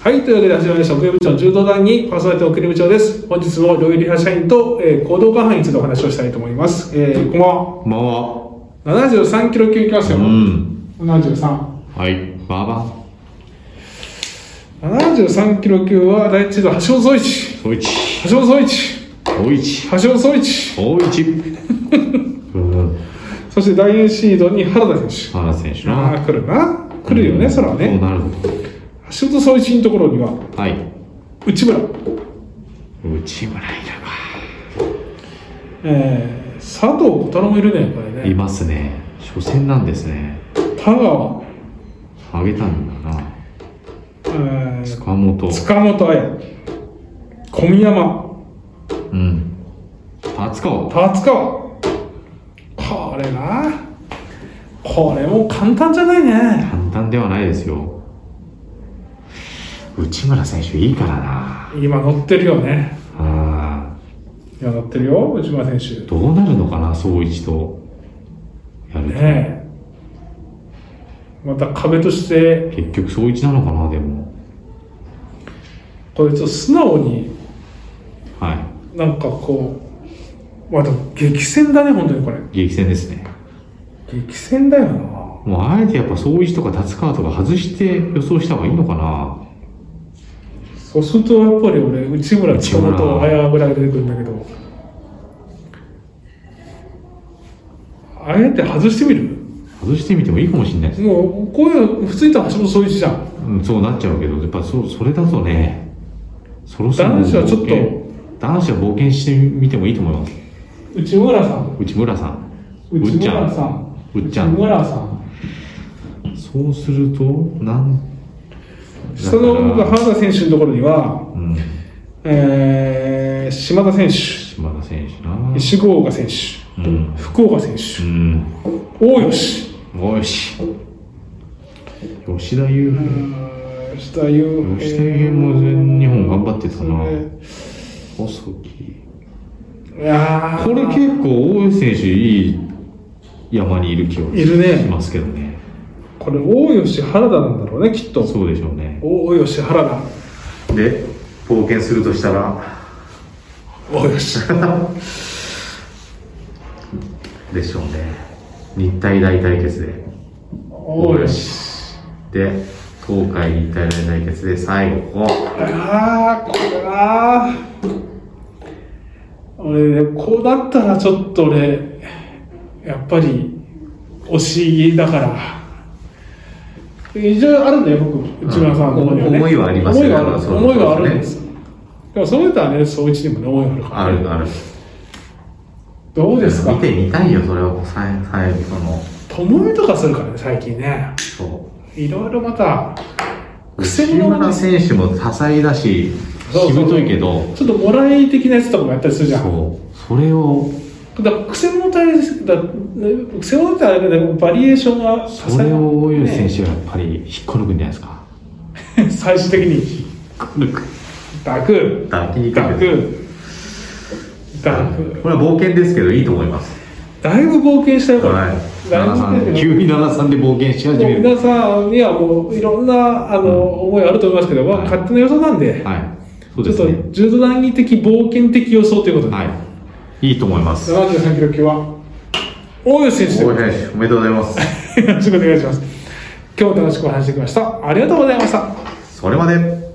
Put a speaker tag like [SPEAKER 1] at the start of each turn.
[SPEAKER 1] はい、というわけで始まりました、奥部長の柔道団にパーソナリティ奥部長です。本日も料理リハ社員と、えー行動緩犯についてお話をしたいと思います。えー、こんばんは。
[SPEAKER 2] こんばんは。
[SPEAKER 1] 73キロ級いきます
[SPEAKER 2] う
[SPEAKER 1] よ。
[SPEAKER 2] ん。
[SPEAKER 1] 73。
[SPEAKER 2] はい。バーバン。
[SPEAKER 1] 73キロ級は第一度橋本総一。
[SPEAKER 2] おいち。
[SPEAKER 1] 橋本総一。
[SPEAKER 2] おいち。
[SPEAKER 1] 橋本総一。
[SPEAKER 2] おいち。うん。
[SPEAKER 1] そして第4シードに原田選手。
[SPEAKER 2] 原選手
[SPEAKER 1] あ
[SPEAKER 2] な。
[SPEAKER 1] あ、来るな。来るよね、それは
[SPEAKER 2] そう
[SPEAKER 1] ね。
[SPEAKER 2] なるほ
[SPEAKER 1] 橋本総一のところには、
[SPEAKER 2] ど。はい。
[SPEAKER 1] 内村、
[SPEAKER 2] 内村いる
[SPEAKER 1] えー、佐藤小太郎もいるね、これ
[SPEAKER 2] わ。い
[SPEAKER 1] ね。
[SPEAKER 2] ますね。初戦なんですね。
[SPEAKER 1] 田川、
[SPEAKER 2] あげたんだな。
[SPEAKER 1] えー
[SPEAKER 2] 塚本。
[SPEAKER 1] 塚本綾小宮山
[SPEAKER 2] うん。達川。
[SPEAKER 1] 達川これなこれも簡単じゃないね
[SPEAKER 2] 簡単ではないですよ。内村選手いいからな。
[SPEAKER 1] 今乗ってるよね
[SPEAKER 2] あ
[SPEAKER 1] 今乗ってるよ内村選
[SPEAKER 2] ーどうなるのかな、総一と。や
[SPEAKER 1] 手
[SPEAKER 2] る
[SPEAKER 1] ね
[SPEAKER 2] と。
[SPEAKER 1] えまた壁として
[SPEAKER 2] 結局総一なのかな、でも。
[SPEAKER 1] これちょっと素直に
[SPEAKER 2] はい。
[SPEAKER 1] なんかこうまた激戦だね本当にこれ
[SPEAKER 2] 激戦ですね。
[SPEAKER 1] 激戦だよな
[SPEAKER 2] もうあえてやっぱ総一とか達川とか外して予想した方がいいのかな
[SPEAKER 1] そうするとやっぱり俺内村
[SPEAKER 2] 内
[SPEAKER 1] 塚
[SPEAKER 2] 村
[SPEAKER 1] 本綾ぐらいが出てくるんだけどあえて外してみる
[SPEAKER 2] 外してみてもいいかもしれないです、
[SPEAKER 1] もうこういうの普通に言ったら橋本総一じゃん
[SPEAKER 2] うん、そうなっちゃうけどやっぱそそれだとねそろそろ
[SPEAKER 1] 男子はちょっと
[SPEAKER 2] 冒険男子は冒険してみてもいいと思います
[SPEAKER 1] 内村さん
[SPEAKER 2] 内村さん
[SPEAKER 1] 内
[SPEAKER 2] うっちゃ
[SPEAKER 1] 村さ
[SPEAKER 2] ん
[SPEAKER 1] ん
[SPEAKER 2] うっちゃん
[SPEAKER 1] 内村さん
[SPEAKER 2] そうするとなん
[SPEAKER 1] 下の僕は原田選手のところには、
[SPEAKER 2] うん
[SPEAKER 1] えー、島田選手
[SPEAKER 2] 島田選手な
[SPEAKER 1] 石郷岡選手
[SPEAKER 2] うん
[SPEAKER 1] 福岡選
[SPEAKER 2] う
[SPEAKER 1] 手、
[SPEAKER 2] ん
[SPEAKER 1] 大吉
[SPEAKER 2] よし吉田優
[SPEAKER 1] う
[SPEAKER 2] 平
[SPEAKER 1] ーん下優平
[SPEAKER 2] 吉田優平も全日本頑張ってたな細木
[SPEAKER 1] いやー
[SPEAKER 2] これ結構大江選手いい山にいる気はい
[SPEAKER 1] るね
[SPEAKER 2] しますけどね
[SPEAKER 1] これ大吉原田なんだろうねきっと
[SPEAKER 2] そうでしょうね
[SPEAKER 1] 大吉原田
[SPEAKER 2] で冒険するとしたら
[SPEAKER 1] 大吉
[SPEAKER 2] でしょうね日体大対決で
[SPEAKER 1] 大吉
[SPEAKER 2] で東海日体大対決で最後こ
[SPEAKER 1] ああこれな俺ねこうなったらちょっと俺やっぱり推しだから一応あるんだよ僕内村さんの方にはね
[SPEAKER 2] うん思いはあります
[SPEAKER 1] 思
[SPEAKER 2] よ
[SPEAKER 1] いはある
[SPEAKER 2] そう
[SPEAKER 1] 思いはあるんで
[SPEAKER 2] そ
[SPEAKER 1] すでもその人はね総一にもね思いがあるから
[SPEAKER 2] あるある
[SPEAKER 1] どうですか
[SPEAKER 2] 見てみたいよそれを最最後その
[SPEAKER 1] ともみとかするからね最近ね
[SPEAKER 2] そう
[SPEAKER 1] いろいろまた癖
[SPEAKER 2] 内
[SPEAKER 1] の
[SPEAKER 2] 村選手も多彩だし
[SPEAKER 1] そう
[SPEAKER 2] し
[SPEAKER 1] そう
[SPEAKER 2] ぶといけど
[SPEAKER 1] ちょっともらい的なやつとかもやったりするじゃん
[SPEAKER 2] そうそれを
[SPEAKER 1] だから癖の大切だ癖のってあれだけどバリエーションが
[SPEAKER 2] それを大江選手はやっぱり引っこ抜くんじゃないですか
[SPEAKER 1] 手、ね最終的に
[SPEAKER 2] 引っこ抜く
[SPEAKER 1] ダク
[SPEAKER 2] 抱きに
[SPEAKER 1] ダ
[SPEAKER 2] くいけど
[SPEAKER 1] クダク
[SPEAKER 2] これは冒険ですけどいいと思います。
[SPEAKER 1] だいぶ冒険したよこれ、
[SPEAKER 2] はい。
[SPEAKER 1] だいぶ
[SPEAKER 2] 7-3
[SPEAKER 1] 冒険
[SPEAKER 2] 急に7三で冒険し始
[SPEAKER 1] も
[SPEAKER 2] め
[SPEAKER 1] う
[SPEAKER 2] る。
[SPEAKER 1] 皆さんにはもういろんなあの、思いあると思いますけど、まあ
[SPEAKER 2] はい
[SPEAKER 1] 勝手な予想なんで,、
[SPEAKER 2] はい。そう
[SPEAKER 1] ち
[SPEAKER 2] で
[SPEAKER 1] ょっ
[SPEAKER 2] すね。
[SPEAKER 1] と柔道談義的冒険的予想ということで、
[SPEAKER 2] はい。いいと思います。
[SPEAKER 1] 7 3キロ級は大吉選手で
[SPEAKER 2] 大江選手おめでとうございます。
[SPEAKER 1] よろしくお願いします今日も楽しくお話しできましたありがとうございました
[SPEAKER 2] それまで。